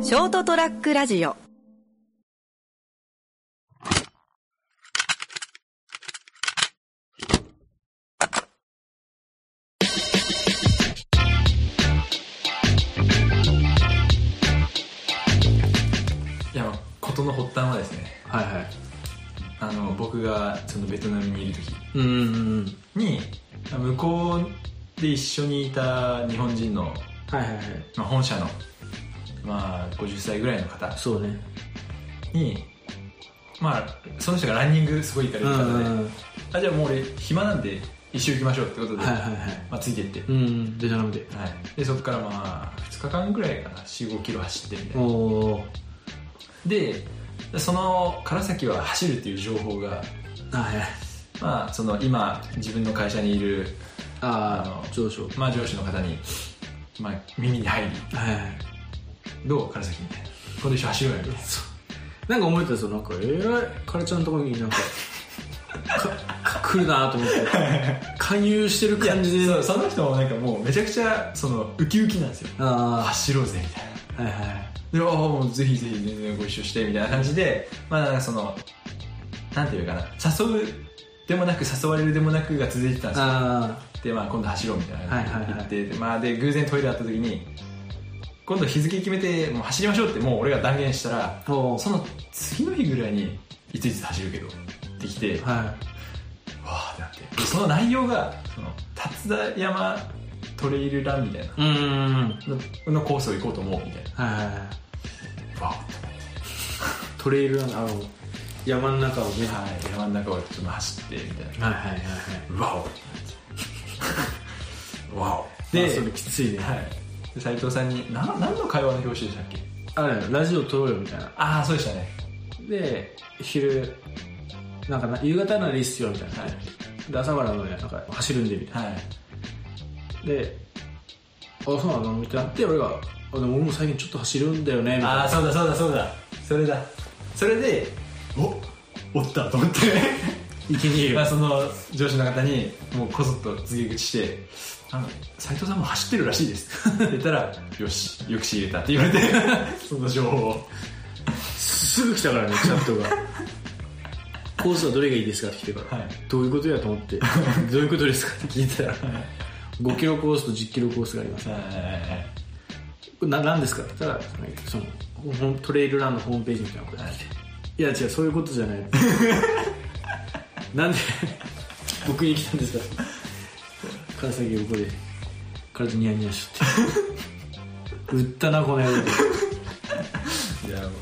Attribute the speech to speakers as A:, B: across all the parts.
A: ショートトラックラジオ
B: いやまあ事の発端はですね
C: はいはい。
B: あの僕がそのベトナムにいる時
C: うんうんうん。
B: にまあ向こうで一緒にいた日本人の、
C: はいはいはい。
B: まあ、本社の、まあ、50歳ぐらいの方
C: そうね。
B: に、まあ、その人がランニングすごい行かれ
C: う
B: る
C: んうん
B: 方
C: う
B: で、
C: ん。はい
B: あじゃあもう俺暇なんで一周行きましょうってことで、
C: はいはい。
B: まあ、ついてって、
C: うん、ベトナムで。
B: はい、でそこからまあ2日間ぐらいかな4 5キロ走ってみたいな
C: おお。
B: でそのから先は走るっていう情報が、
C: はいはい。
B: まあ、その今自分の会社にいる、
C: あ
B: あ
C: あ、
B: の
C: 上昇。
B: まあ、上司の方に、まあ、耳に入り
C: はいはい。
B: どうから先みたいな今度一緒に走ろうよみたいな
C: そうなんか思えたんですよ、なんか、えらい、カレちゃんのところに なんか、か、か来るなと思って、勧誘してる感じで、
B: そうその人もなんかもうめちゃくちゃそのウキウキなんですよ
C: あ
B: 走ろうぜみたいな
C: あ、はいはい。
B: で、ああ、もうぜひぜひ全然ご一緒して、みたいな感じで、まあなんかその、なんていうかな、誘うでもなく誘われるでもなくが続いてたんですよ。
C: あ
B: で、まあ今度走ろうみたいな感じで
C: はいはいはい
B: 言って、まあで、偶然トイレあった時に、今度日付決めて、もう走りましょうってもう俺が断言したら、
C: あ、おお。
B: その次の日ぐらいに、いついつ走るけど、ってきて、わ
C: は
B: ーってなって。その内容が、その、竜田山トレイルランみたいな、
C: い。うんうんうん。はい
B: ののコースを行こうと思う、みたい
C: はいはい。
B: な。わーって
C: トレイルラン、あの、山の中をね。は
B: はい、山の中をちょっと走ってみたい
C: いはいはいはい。
B: なわおわ お
C: で、
B: で,、
C: まあそれきついね。
B: はい、で斉藤さんにな何の会話の表紙でしたっけ
C: あれラジオ撮ろうよみたいな
B: ああそうでしたね
C: で昼なんかな夕方ならいいっすよみたいな、
B: はい
C: で朝からのねなんか走るんでみたいな、
B: はい
C: であそうなのみたいなで俺があでも俺も最近ちょっと走るんだよねみたい
B: ああ
C: な
B: そうだそうだそうだそれだそれでおおったと思って
C: いけにえ
B: まあ
C: よ
B: その上司の方にもうこそっと告げ口して「あの斉藤さんも走ってるらしいです」 って言ったら「よしよく仕入れた」って言われて その情報を
C: すぐ来たからねチャットがコースはどれがいいですかって来てから、
B: はい
C: どういうことやと思って どういうことですかって聞いたら5キロコースと10キロコースがあります
B: はいはいはい
C: これな何ですかって言ったらそのそのトレイルランのホームページみたいなことが来ていや違うそういうことじゃないなんで僕に来たんですか川崎横で体ニヤニヤしちゃって売ったなこの野郎
B: いや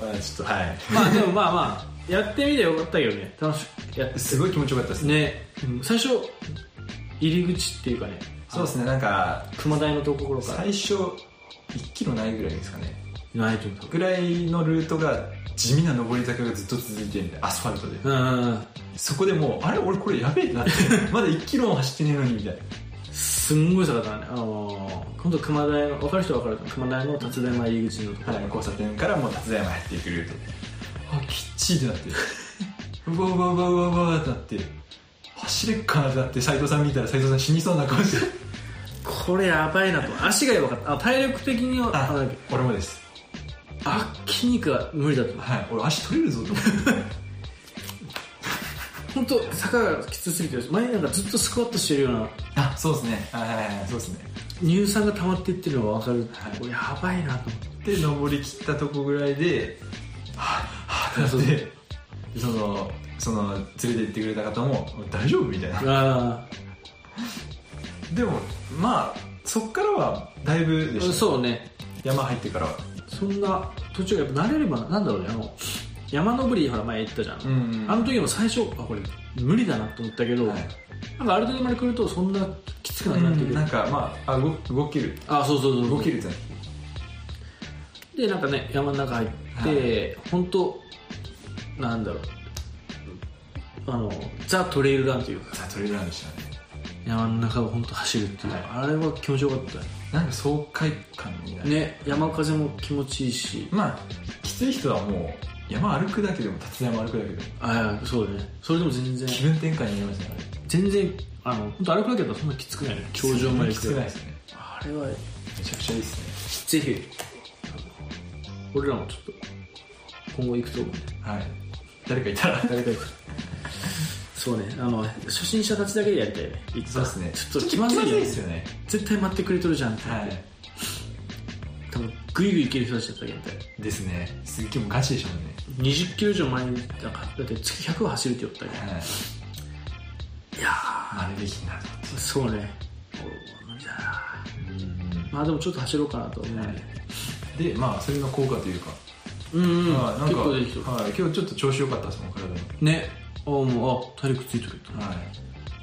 B: まあちょっとはい
C: まあでもまあまあやってみてよかったけどね楽しいや
B: すごい気持ちよかったですね
C: ね最初入り口っていうかね
B: そうですねなんか
C: 熊台のところから
B: 最初1キロないぐらいですかね
C: ないと思う
B: ぐらいのルートが地味な上り坂がずっと続いてるんでアスファルトで
C: うん
B: そこでもうあれ俺これやべえってなってまだ1キロも走ってねえのにみたいな
C: すんごい坂だねあのー、今度熊台の分かる人は分かる熊台の立田山入り口のところ、
B: はい交差点からもう達田山入っていくルートあきっちりってなってうわうわうわうわうわってなって走れっかなってなって斎藤さん見たら斎藤さん死にそうな顔して
C: これやばいなと足がやばかったあ体力的にはあなんだっけ
B: 俺もです
C: あ筋肉が無理だと
B: はい俺足取れるぞと思って
C: 本当坂がきつすぎて前なんかずっとスクワットしてるような
B: あそうですねはいはいはいそうですね
C: 乳酸が溜まってってるのが分かる、
B: はい
C: これやばいなと思って
B: で登り切ったとこぐらいではぁはぁってなってでそのその連れて行ってくれた方も「大丈夫?」みたいな
C: あ
B: でもまあそっからはだいぶで
C: あ
B: した
C: そうね
B: 山入ってからは
C: そんな途中やっぱ慣れればなんだろうねあの山登りほら前言ったじゃん、
B: ん
C: あの時も最初あこれ無理だなと思ったけど、
B: はい
C: なんかある程度まで来るとそんなきつくなくなってく
B: うん
C: る、
B: なんかまああ動動ける
C: あそうそうそうそう
B: 動けるってな
C: でなんかね山の中入って、本当なんだろうあのザ・トレイルランというか
B: さトレーラーでしたね
C: 山の中を本当走るっていうのは、あれは気持ちよかったね
B: なんか爽快感になる
C: ね山風も気持ちいいし
B: まあきつい人はもう山歩くだけでも立山歩くだけでも
C: ああそうだねそれでも全然
B: 気分転換になりますね
C: 全然あの本当歩くだけだとそんなきつくないね
B: あれ
C: 頂上まで
B: きつく
C: 行
B: ない
C: く
B: ですね
C: あれは
B: めちゃくちゃいいですね
C: ぜひ俺らもちょっと今後行くと思うんで
B: はい誰かいたら
C: 誰か行くそうねあの初心者たちだけでやりたいよね行った
B: そうですね
C: ちょっと気まずいよ、ね
B: で、すよね
C: 絶対待ってくれとるじゃんって、
B: はい
C: 多分グイグイ行ける人たちだったけど
B: ですね鈴木もガチでしょもんね
C: 20キロ以上前になんかだって月100を走るって言ったけ
B: はい
C: どいやー
B: 真似できんなと
C: そうねじゃあ
B: うん
C: まあでもちょっと走ろうかなと思うんで、
B: はいでまあそれの効果というか
C: うんうん、
B: はいなん
C: 結
B: か
C: 構できてる
B: はい今日ちょっと調子良かったですもん体の
C: ねあもうあ体力ついてくれた、
B: はい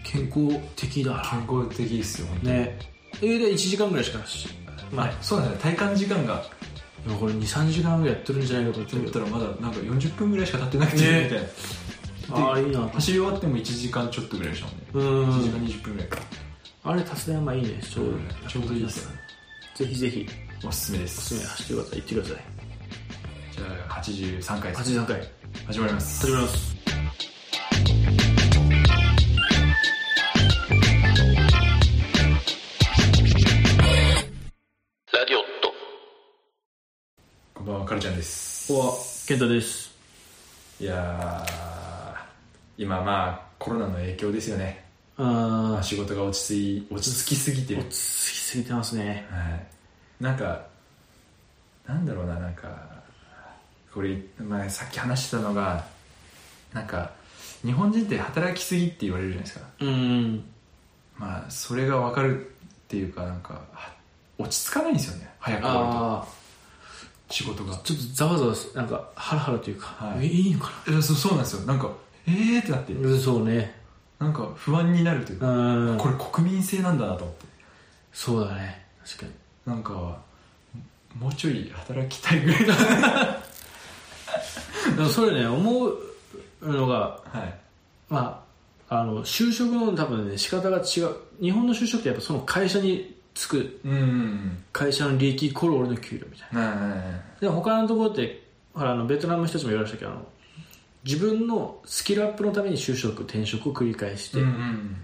C: 健康的だ
B: 健康的ですよ本当に
C: ねえー、で1時間ぐらいしかし
B: まあそうなんだね体感時間が
C: でもこれ23時間ぐらいやってるんじゃないかと思って
B: だ
C: る
B: っ
C: け
B: た
C: ど
B: らまだなんか40分ぐらいしか経ってなくてみ
C: ね
B: たいな、
C: ああいいな
B: 走り終わっても1時間ちょっとぐらいでしょう
C: う
B: ね、
C: ん
B: 1時間20分ぐらいか
C: あれ達成山いいねちょうど
B: ちょうどいいですね
C: ぜひぜひ
B: おすすめで
C: お
B: す
C: すすめ走ってください行ってください
B: じゃあ83回です
C: 83回
B: 始まります
C: 始まります
A: ラディオット。
B: こんばんはカルちゃんです
C: ここは健太です
B: いやー今まあコロナの影響ですよね、ま
C: あ
B: あ、仕事が落ち着い落ち着きすぎて
C: ー
B: る
C: 落、ち着きすぎてますね
B: はい、なんかなんだろうななんかこれ、まあ、さっき話してたのがなんか日本人って働きすぎって言われるじゃないですか
C: うん
B: まあそれが分かるっていうかなんかは落ち着かないんですよね早く終わると
C: あ
B: 仕事が
C: あちょっとざわざわすなんかハラハラというか、
B: はい
C: えいいのか
B: えそうそうなんですよなんかえーってなって
C: なそうね
B: なんか不安になるという
C: う
B: か
C: ん
B: これ国民性なんだなと思って
C: そうだね確かに
B: なんかもうちょい働きたいぐらいだ
C: でもそれね思うのが
B: はい
C: まあ、あの就職の多分ね仕方が違う日本の就職ってやっぱその会社に就く
B: うんうんうん
C: 会社の利益イコール俺の給料みたいな
B: はいはいはい
C: で他のところってほらあのベトナムの人たちも言われましたけどあの自分のスキルアップのために就職転職を繰り返して、
B: うんうん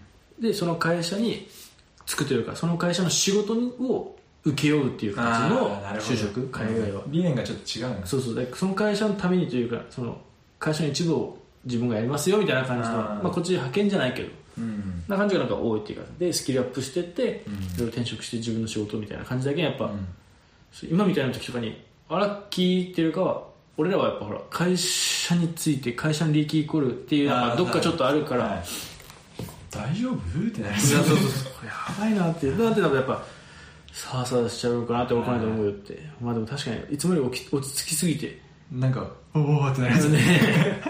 C: でその会社に就くというかその会社の仕事を請け負うっていう
B: あ
C: 形の
B: ーなるほど
C: 就職海外は、
B: 理念がちょっと違うんです
C: そうそうでその会社のためにというかその会社の一部を自分がやりますよみたいな感じの
B: あー
C: まあ、こっちで派遣じゃないけど
B: うん
C: な感じがなんか多いっていうかでスキルアップしてって
B: うん
C: いろいろ転職して自分の仕事みたいな感じだけやっぱ、
B: うん
C: 今みたいな時とかにあら聞いてるかは俺らはやっぱほら会社について会社の利益イコールっていうの
B: あ
C: が
B: ー
C: どっかちょっとあるから、
B: はい大丈夫ってなりま
C: い
B: す
C: や
B: よ
C: そう
B: ね
C: そうそうこれやばいなってなんて多分やっぱさあさあしちゃうかなって思わないと思うよって、まあでも確かにいつもより起き落ち着きすぎて
B: なんかおおってなりますね
C: ね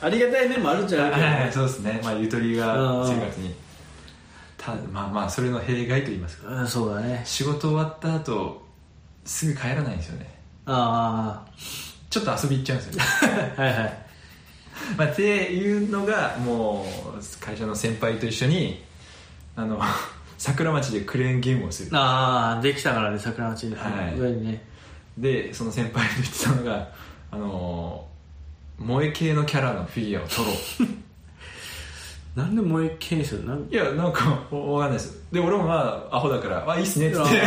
C: ありがたい面もあるんじゃない
B: はいはいはいそうですねまあゆとりが生活にたまあまあそれの弊害と言いますか
C: うんそうだね
B: 仕事終わった後すぐ帰らないんですよね
C: あ
B: ちょっと遊び行っちゃうん ですよね、
C: あはいはい
B: まあ、っていうのがもう会社の先輩と一緒にあの桜町でクレーンゲームをする
C: ああできたからね桜町に、
B: はい
C: 上にね
B: でその先輩と言ってたのがあの萌え系のキャラのフィギュアを取 ろう
C: なんで萌え系にするのなん
B: いやなんかおわかんないですで俺もまあアホだから「あいいっすね」っつってっ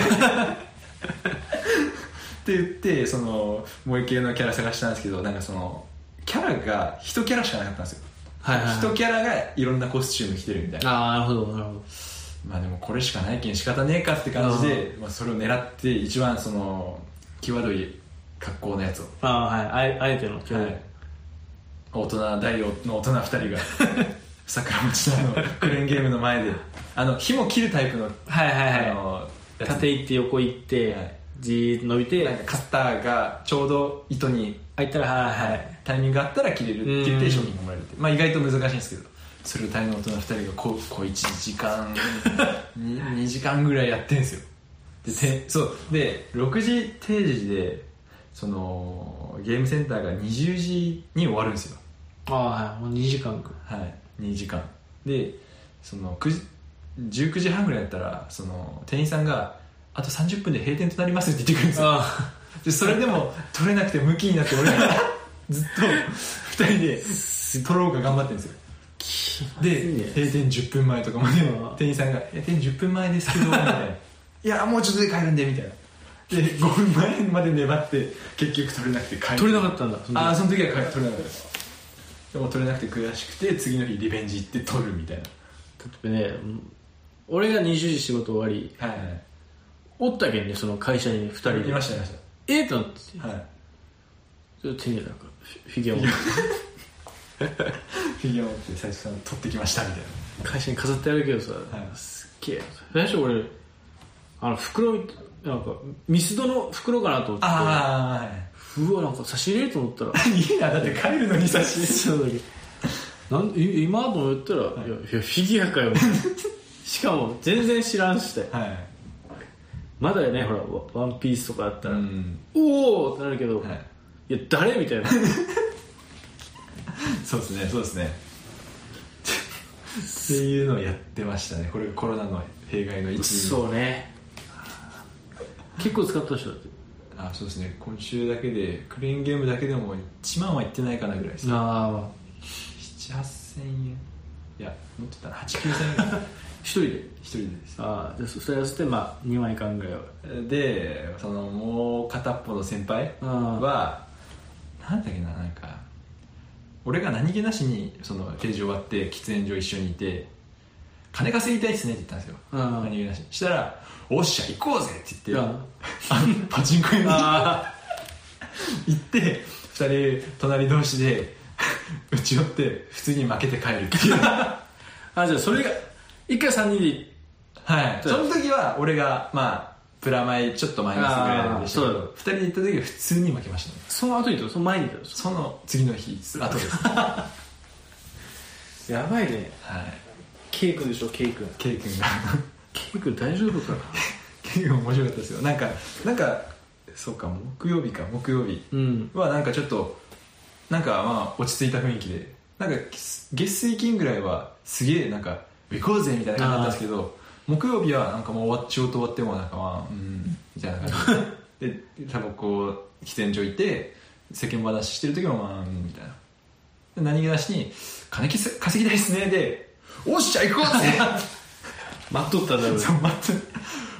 B: て言ってその萌え系のキャラ探したんですけどなんかそのキャラが一キャラしかなかったんですよ
C: はいはい、
B: 一
C: はい、
B: キャラがいろんなコスチューム着てるみたいな
C: ああなるほどなるほど
B: まあでもこれしかないけん仕方ねえかって感じでまあ、それを狙って一番その際どい格好のやつを、
C: ああはいあえあえてのキャラ、
B: はい大人大の大人2人が 桜町のあのクレーンゲームの前であの紐切るタイプの,、
C: はいはい
B: あ
C: は
B: の
C: い
B: やつ
C: 縦行って横行って、
B: はい
C: じーっと伸び
B: なん
C: て
B: かカッターがちょうど糸に
C: 入ったらはいはい
B: タイミングがあったら切れるって言っ
C: う
B: て
C: ん
B: 商品がもらえるってまあ意外と難しいんですけどそれを大の大人2人がこうこう1時 間 2, 時間ぐらいやってんすよでてそうで6時定時でそのゲームセンターが20時に終わるんですよ
C: ああはいもう2時間く
B: はい2時間でその9時19時半ぐらいだったらその店員さんが「あと30分で閉店となります」って言ってくるんですよ
C: あ
B: でそれでも取れなくてムキになって俺ら ずっと2人で取ろうか頑張ってるんですよ
C: あ
B: で閉店10分前とかまで
C: うん
B: 店員さんが「いや店員10分前ですけど」みたいな「いやもうちょっとで帰るんで」みたいなで5分前まで粘って結局取れなくて帰る
C: 取れなかったんだその時
B: ああその時は帰取れなかったですでも取れなくて悔しくて次の日リベンジ行って取るみたい
C: だってねうん俺が20時仕事終わり
B: なはいはい
C: おったけんねその会社に2人
B: い
C: で
B: ましたいまし
C: ええってなって
B: たはい
C: ちょっと手になんかフィフィギュア持って
B: フィギュア持って最初さん取ってきましたみたいな
C: 会社に飾ってあるけどさ、
B: い
C: すっげえ最初俺あの袋みなんかミスドの袋かなと思って
B: あ
C: うわなんか差し入れと思ったら
B: あいいなだって帰るのに差し入れ
C: そうだけどなんい今と思ったら、いや、いやフィギュアか よしかも全然知らんして
B: はい
C: まだねほらワ「ワンピースとかあったら、
B: ん
C: おおってなるけど、
B: はいい、
C: や誰みたいな
B: そうですねそうですねっていうのをやってましたねこれがコロナの弊害の一う
C: そうね結構使った人だって
B: あそうですね今週だけでクレーンゲームだけでも1万はいってないかなぐらいです
C: ああ
B: 78000円いや持ってたら89000円ぐらい
C: 一人で
B: 一人でです
C: ああじゃあそそれ合わせてまあ2枚間ぐらいは
B: でそのもう片っぽの先輩はなんだっけななんか俺が何気なしにその定時終わって喫煙所一緒にいて金稼ぎたいっすねって言ったんですよ
C: うん
B: 何気なしにしたら「おっしゃ行こうぜ」って言って
C: うん
B: あの パチンコ屋に
C: あ
B: 行って二人隣同士で 打ち寄って普通に負けて帰るっていう
C: あじゃあそれが一回3人で
B: はいその時は俺がまあプラマイちょっとマイナスぐらいでしたけ
C: あーそう
B: ど二人で行った時は普通に負けましたね
C: その後にとその前にと
B: その次の日あと です、は
C: やばいね
B: い、
C: K 君でしょ K 君
B: K 君が
C: K 君大丈夫かな
B: K 君面白かったですよなんかなんかそうか木曜日か木曜日
C: うん
B: はなんかちょっとなんかまあ落ち着いた雰囲気でなんか月水金ぐらいはすげえなんか行こうぜみたいな感じだったんですけど木曜日はなんかもう終わっ仕事終わってもなんかまあうんみたいな感じででタバコ喫煙所行って世間話してる時もまあうんみたいなで何気なしに「金きす稼ぎたいっすね」で「おっしゃ行こうぜ!」
C: 待っとったんだ ろうね
B: そうまず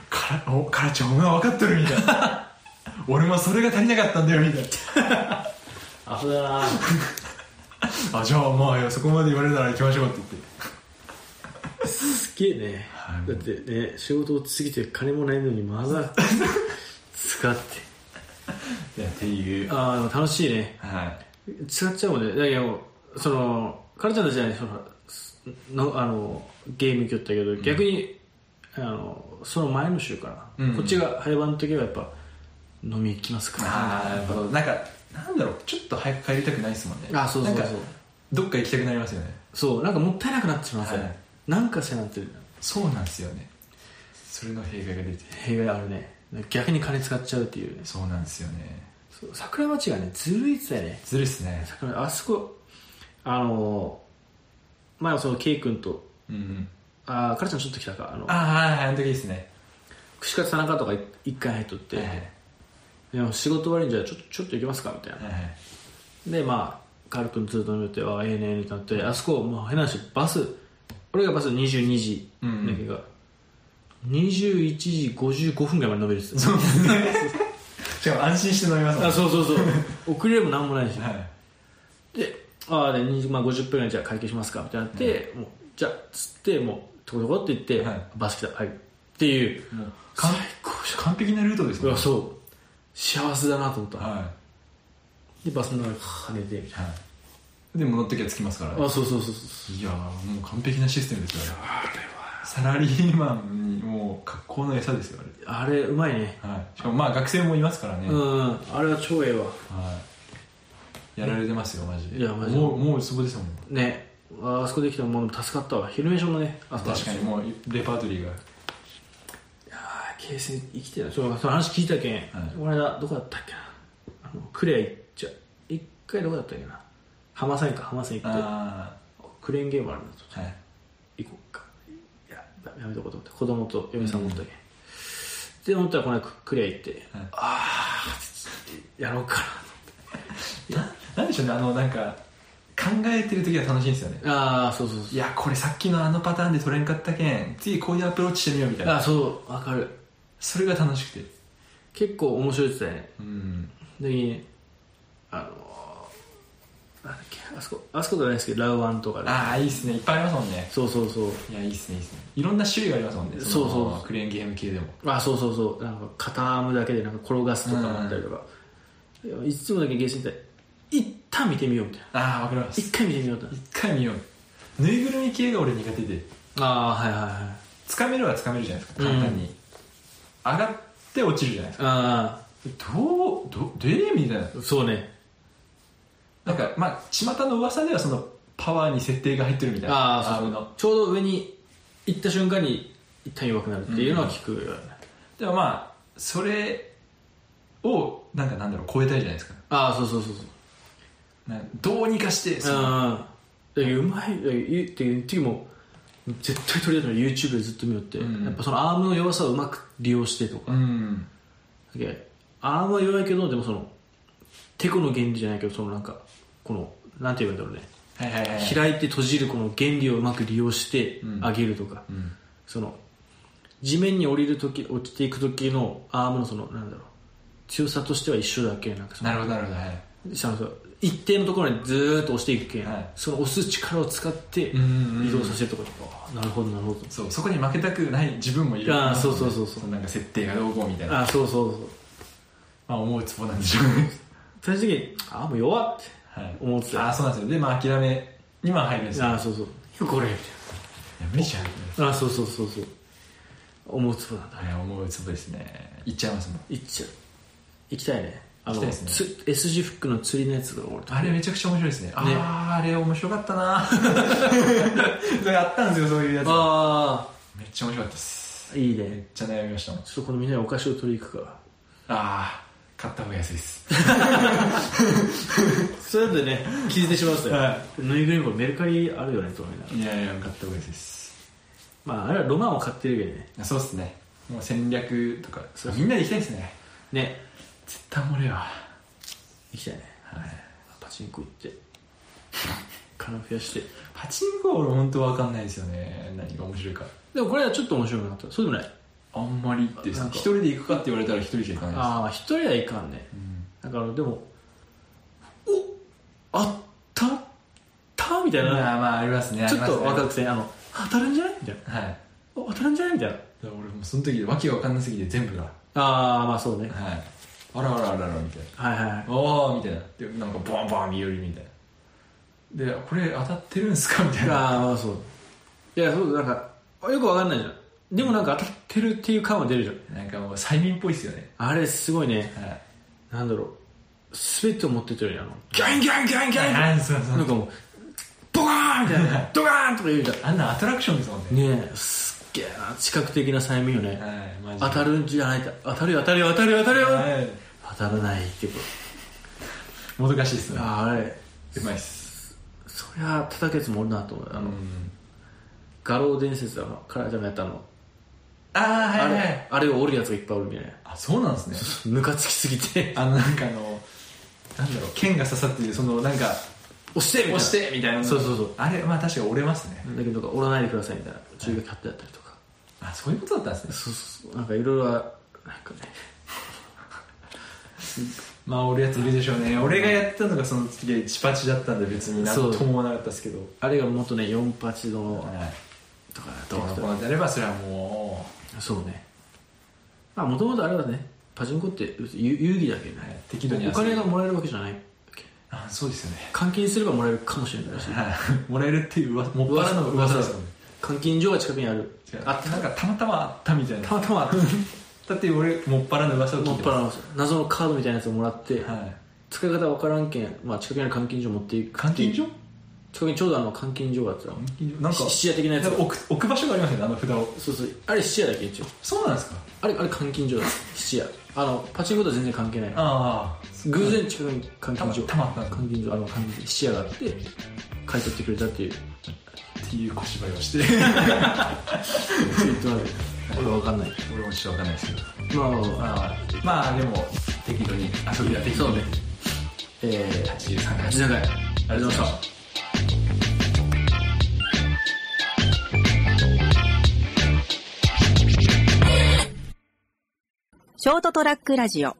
B: からおからちゃんお前分かってるみたいな俺もそれが足りなかったんだよみたい
C: アホだな
B: なあじゃあまあいやそこまで言われるなら行きましょうって言って
C: すげえね
B: はい
C: だってね仕事落ち着いて金もないのにまだ使って
B: いやっていう
C: ああでも楽しいね
B: は
C: 違っちゃうもんねだけどそのカルちゃんたちはねそのすのあのゲーム行きよったけど、逆にあのその前の週かな、
B: うん
C: こっちが早番の時はやっぱ飲み行きますか
B: い
C: ら
B: ああなんかなんだろうちょっと早く帰りたくないですもんね
C: あそうそうそう
B: なんかどっか行きたくなりますよね
C: そうなんかもったいなくなってしまうんですよ、
B: はい
C: なんかせなんてる
B: そうなんですよねそれの弊害が出て
C: 弊害あるね逆に金使っちゃうっていうね
B: そうなんですよね
C: そう桜町がねずるいってたよね
B: ずるいっすね
C: 桜あそこあの前はその K 君と
B: うん
C: あカルちゃんちょっと来たかあの
B: ああはいあの時ですね
C: 串カツ田中とかい一回入っとって、
B: はいはい
C: でも仕事終わりにじゃあちょっとちょっと行きますかみたいな、
B: はいはい
C: でまあ軽くずっと見てああええねええねってなってあそこもう変な話バス俺がバス22時
B: うんうん
C: だけが、21時55分ぐらいまで伸びるっす
B: そうですねしかも安心して飲みますもん
C: あそうそう そう遅れもなんもないし
B: はい
C: でああで、20まあ、50分ぐらいじゃあ会計しますかみたいになって、もうじゃあつってもうとことこって行って、
B: はい
C: バス来たはいっていう
B: もうか
C: 最
B: ん
C: 高じ
B: 完璧なルートです
C: ゃんい
B: ね
C: やそう幸せだなと思った、
B: は
C: でバスの中で跳ねてみたい
B: い、はい、で戻ってきゃ着きますから
C: なあそうそうそうそう
B: いやーもう完璧なシステムですよあれサラリーマンにもう格好の餌ですよあ
C: あれうまいね
B: れ、はい、しかもまあ学生もいますからね、
C: う
B: は
C: んあれは超ええわ
B: い、やられてますよマジで
C: いやマジで
B: もうもうそこですもん
C: ねあそこできたもの助かったわ昼飯もねあった
B: 確かにもうレパートリーが
C: ああケース生きてないそうその話聞いたけん、この間どこだったっけなあのクレア行っちゃ一回どこだったっけな浜線か浜線行って
B: あ
C: クレーンゲームあるんだと
B: あはい
C: 行こうかいやだやめとこうと思って子供と嫁さん持ったけん、で思ったらこの間ククレア行って、
B: はい
C: ああやろうか
B: ななんでしょうねあのなんか考えてる時は楽しいんですよね
C: なああそうそうそう
B: いやこれさっきのあのパターンで取れんかったけん次こういうアプローチしてみようみたいな
C: あそうわかる
B: それが楽しくて
C: 結構面白いって言ってたよね
B: うん
C: であのーなんだっけあそこあそこじゃないですけどラウアンとかで
B: ああいいっすねいっぱいありますもんね
C: そうそうそう
B: いやいいっすねいいっすねいろんな種類がありますもんねの
C: そうそう
B: クレーンゲーム系でも
C: あそうそうそうなんか傾むだけでなんか転がすとかもあったりとか、いやいつもだけゲーセン行ったら一旦見てみようみたいな
B: ああわかります
C: 一回見てみようって
B: 一回見ようぬいぐるみ系が俺苦手で
C: ああはいはいはい
B: つかめるはつかめるじゃないですか簡単に、上がって落ちるじゃないですか
C: あ
B: どうどでみたいな
C: あそうね
B: なんかまあ巷の噂ではそのパワーに設定が入ってるみたいな
C: ああ
B: アー
C: そ
B: ム
C: う
B: の
C: ちょうど上に行った瞬間に一旦弱くなるっていうのは聞くよね、
B: でもまあそれをなんかなんだろう超えたいじゃないですか
C: ああそうそうそうそう
B: なんかどうにかしてその
C: ああだけどうまいだけど言うっていう時も絶対取り出すの YouTube でずっと見よって、
B: うん
C: やっぱそのアームの弱さをうまく利用してとか、
B: うん
C: だけどアームは弱いけどでもそのてこの原理じゃないけどそのなんかこのなんて言えばいいんだろうね
B: はいはいはいはい
C: 開いて閉じるこの原理をうまく利用して
B: うん
C: 上げるとか、
B: うん
C: その地面に降りる時落ちていく時のアームのそのなんだろう強さとしては一緒だけなんかその
B: なるほどなるほどはい
C: そのそう一定のところにずーっと押していくけん、
B: はい
C: その押す力を使って
B: うんうんうん
C: 移動させるとか、あなるほどなるほど
B: そうそこに負けたくない自分もいる
C: あーそうそうそうそう
B: のなんか設定がどうこうみたいな
C: あそうそうそう
B: まあ思うツボなんでしょう ね
C: 最終的にあもう弱って
B: はい
C: 思ってた
B: あーそうなんですよでまあ諦めには入るんですよい
C: あそうそうこれみ
B: や無理じゃんみたい
C: たいなあそうそうそうそう思うつぼなんだ
B: なはい思うツボですね行っちゃいますもん
C: 行っちゃう行きたいねあ
B: 行き
C: の
B: たいですね
C: つ S 字フックの釣りのやつが俺と
B: あれめちゃくちゃ面白いですねあーあれ面白かったな それあったんですよそういうやつ
C: あ
B: めっちゃ面白かったです
C: あいい
B: めっ
C: ね
B: ちゃ悩みましたもん
C: ちょっとこのみんなにお菓子を取りに行くか
B: ああ買った方が安いです
C: それでね気づいてしまうんですよ、
B: は
C: ぬいぐるみこれメルカリあるよねと思いながら
B: いやいや買った方が安いです
C: まああれはロマンを買ってるけどね
B: そうっすねもう戦略とかみんなで行きたいですね
C: ね
B: 絶対漏れは
C: 行きたいね
B: はい
C: パチンコ行 って金増やして
B: パチンコは俺本当わかんないですよね何が面白いか
C: でもこれはちょっと面白くなかったそうでもない
B: あんまりって
C: なんか
B: 一人で行くかって言われたら一人じゃ行かないです
C: ああ一人はいかんね
B: うん
C: だからでもおあったったみたいな、
B: まあまあありますね
C: ちょっと若
B: る
C: くてあの当たるんじゃないみたいな
B: はい
C: お当たるんじゃないみたいな
B: だから俺もうその時わけわかんなすぎて全部がはい
C: ああまあそうね
B: あらあらあらあらみたいな
C: はいはいはい
B: おーみたいなでなんかボンボン身寄りみたいなでこれ当たってるんすかみたいな
C: ああまあそういやそうなんかよくわかんないじゃんでもなんか当たってるっていう感は出るじゃん
B: なんかもう催眠っぽいっすよね
C: あれすごいね
B: はい
C: なんだろう全てを持ってってるよねあのギャンギャンギャンギャンギャン
B: はいそうそ
C: な
B: うん
C: かもう、ドカーンみたいな、ドカーンとか言うじゃ
B: あんなアトラクションですもんね
C: ん。ねえ、すっげえな、視覚的な催眠よね。
B: はいマジで
C: 当たるんじゃないか、当たるよ、当たるよ、当たるよ、当たるよ。
B: はい
C: 当たらないっていうこ
B: もどかしいっす
C: と。
B: ね
C: ああれ、
B: うまいっす
C: そりゃ叩くやつもおるなと思う。あ
B: う
C: の、
B: ん
C: 画廊伝説だの、カラちゃんがやったの。
B: ああ
C: あ
B: はいは
C: れ
B: い、
C: あれを折るやつがいっぱいおるみたいな。
B: あそうなんですね
C: ムカつきすぎて、
B: あのなんかあのなんだろう剣が刺さってるそのなんか
C: 押してみたいな
B: 押してみたいな
C: そうそうそう。
B: あれまあ確かに折れますね
C: だけど、折らないでくださいみたいな。注意がキャットやったりとか。
B: あそういうことだったんですね
C: そうそうそう。なんかいろいろ、なんかね。
B: まあ折るやついるでしょうね俺がやったのがその時は1パチだったんで別になん
C: そう
B: とも思わなかったですけど
C: あれがもっとね、4八度の
B: はい
C: とかだ
B: どうの
C: と
B: こうのであればそれはも
C: そうねまあもともとあれはねパチンコって遊遊戯だけど
B: う、はい
C: ね、
B: 適度に遊
C: お
B: ぶ
C: 金がもらえるわけじゃない
B: あそうですよね
C: 換金すればもらえるかもしれないし
B: はいもらえるっていう噂もっぱらの噂ですよね
C: 換金所が近くにある
B: 違う
C: あ
B: あなんかたまたまあったみたいな
C: たまたまあっ
B: だ
C: た
B: って俺もっぱらの噂を聞
C: も
B: い
C: ってぱら
B: ま
C: の謎のカードみたいなやつをもらって、
B: すはい
C: 使い方わからんけん、まあ、近くにある換金所持っていく
B: 監禁所
C: 近くにちょうどあの換金所があってたの
B: 監禁所なんか
C: し質屋的なやつ
B: なんか置く置く場所がありますよねあの札を
C: そうそうあれ質屋だけ一応
B: そうなんですか
C: あれあれ換金所だ質屋あのパチンコとは全然関係ない
B: ああ
C: 偶然近くに換金所
B: たまたまあった
C: 換金所あの換金質屋があって買い取ってくれたっていう
B: っていう小芝居をして
C: ツイートなんで俺は分かんない
B: 俺もちょっとわかんないですけど
C: まあまあまあ
B: まあまあでも適度に遊びは適度
C: そう
B: に
C: ねえー、
B: 13回
C: 八段階ありがとうございました
A: ショートトラックラジオ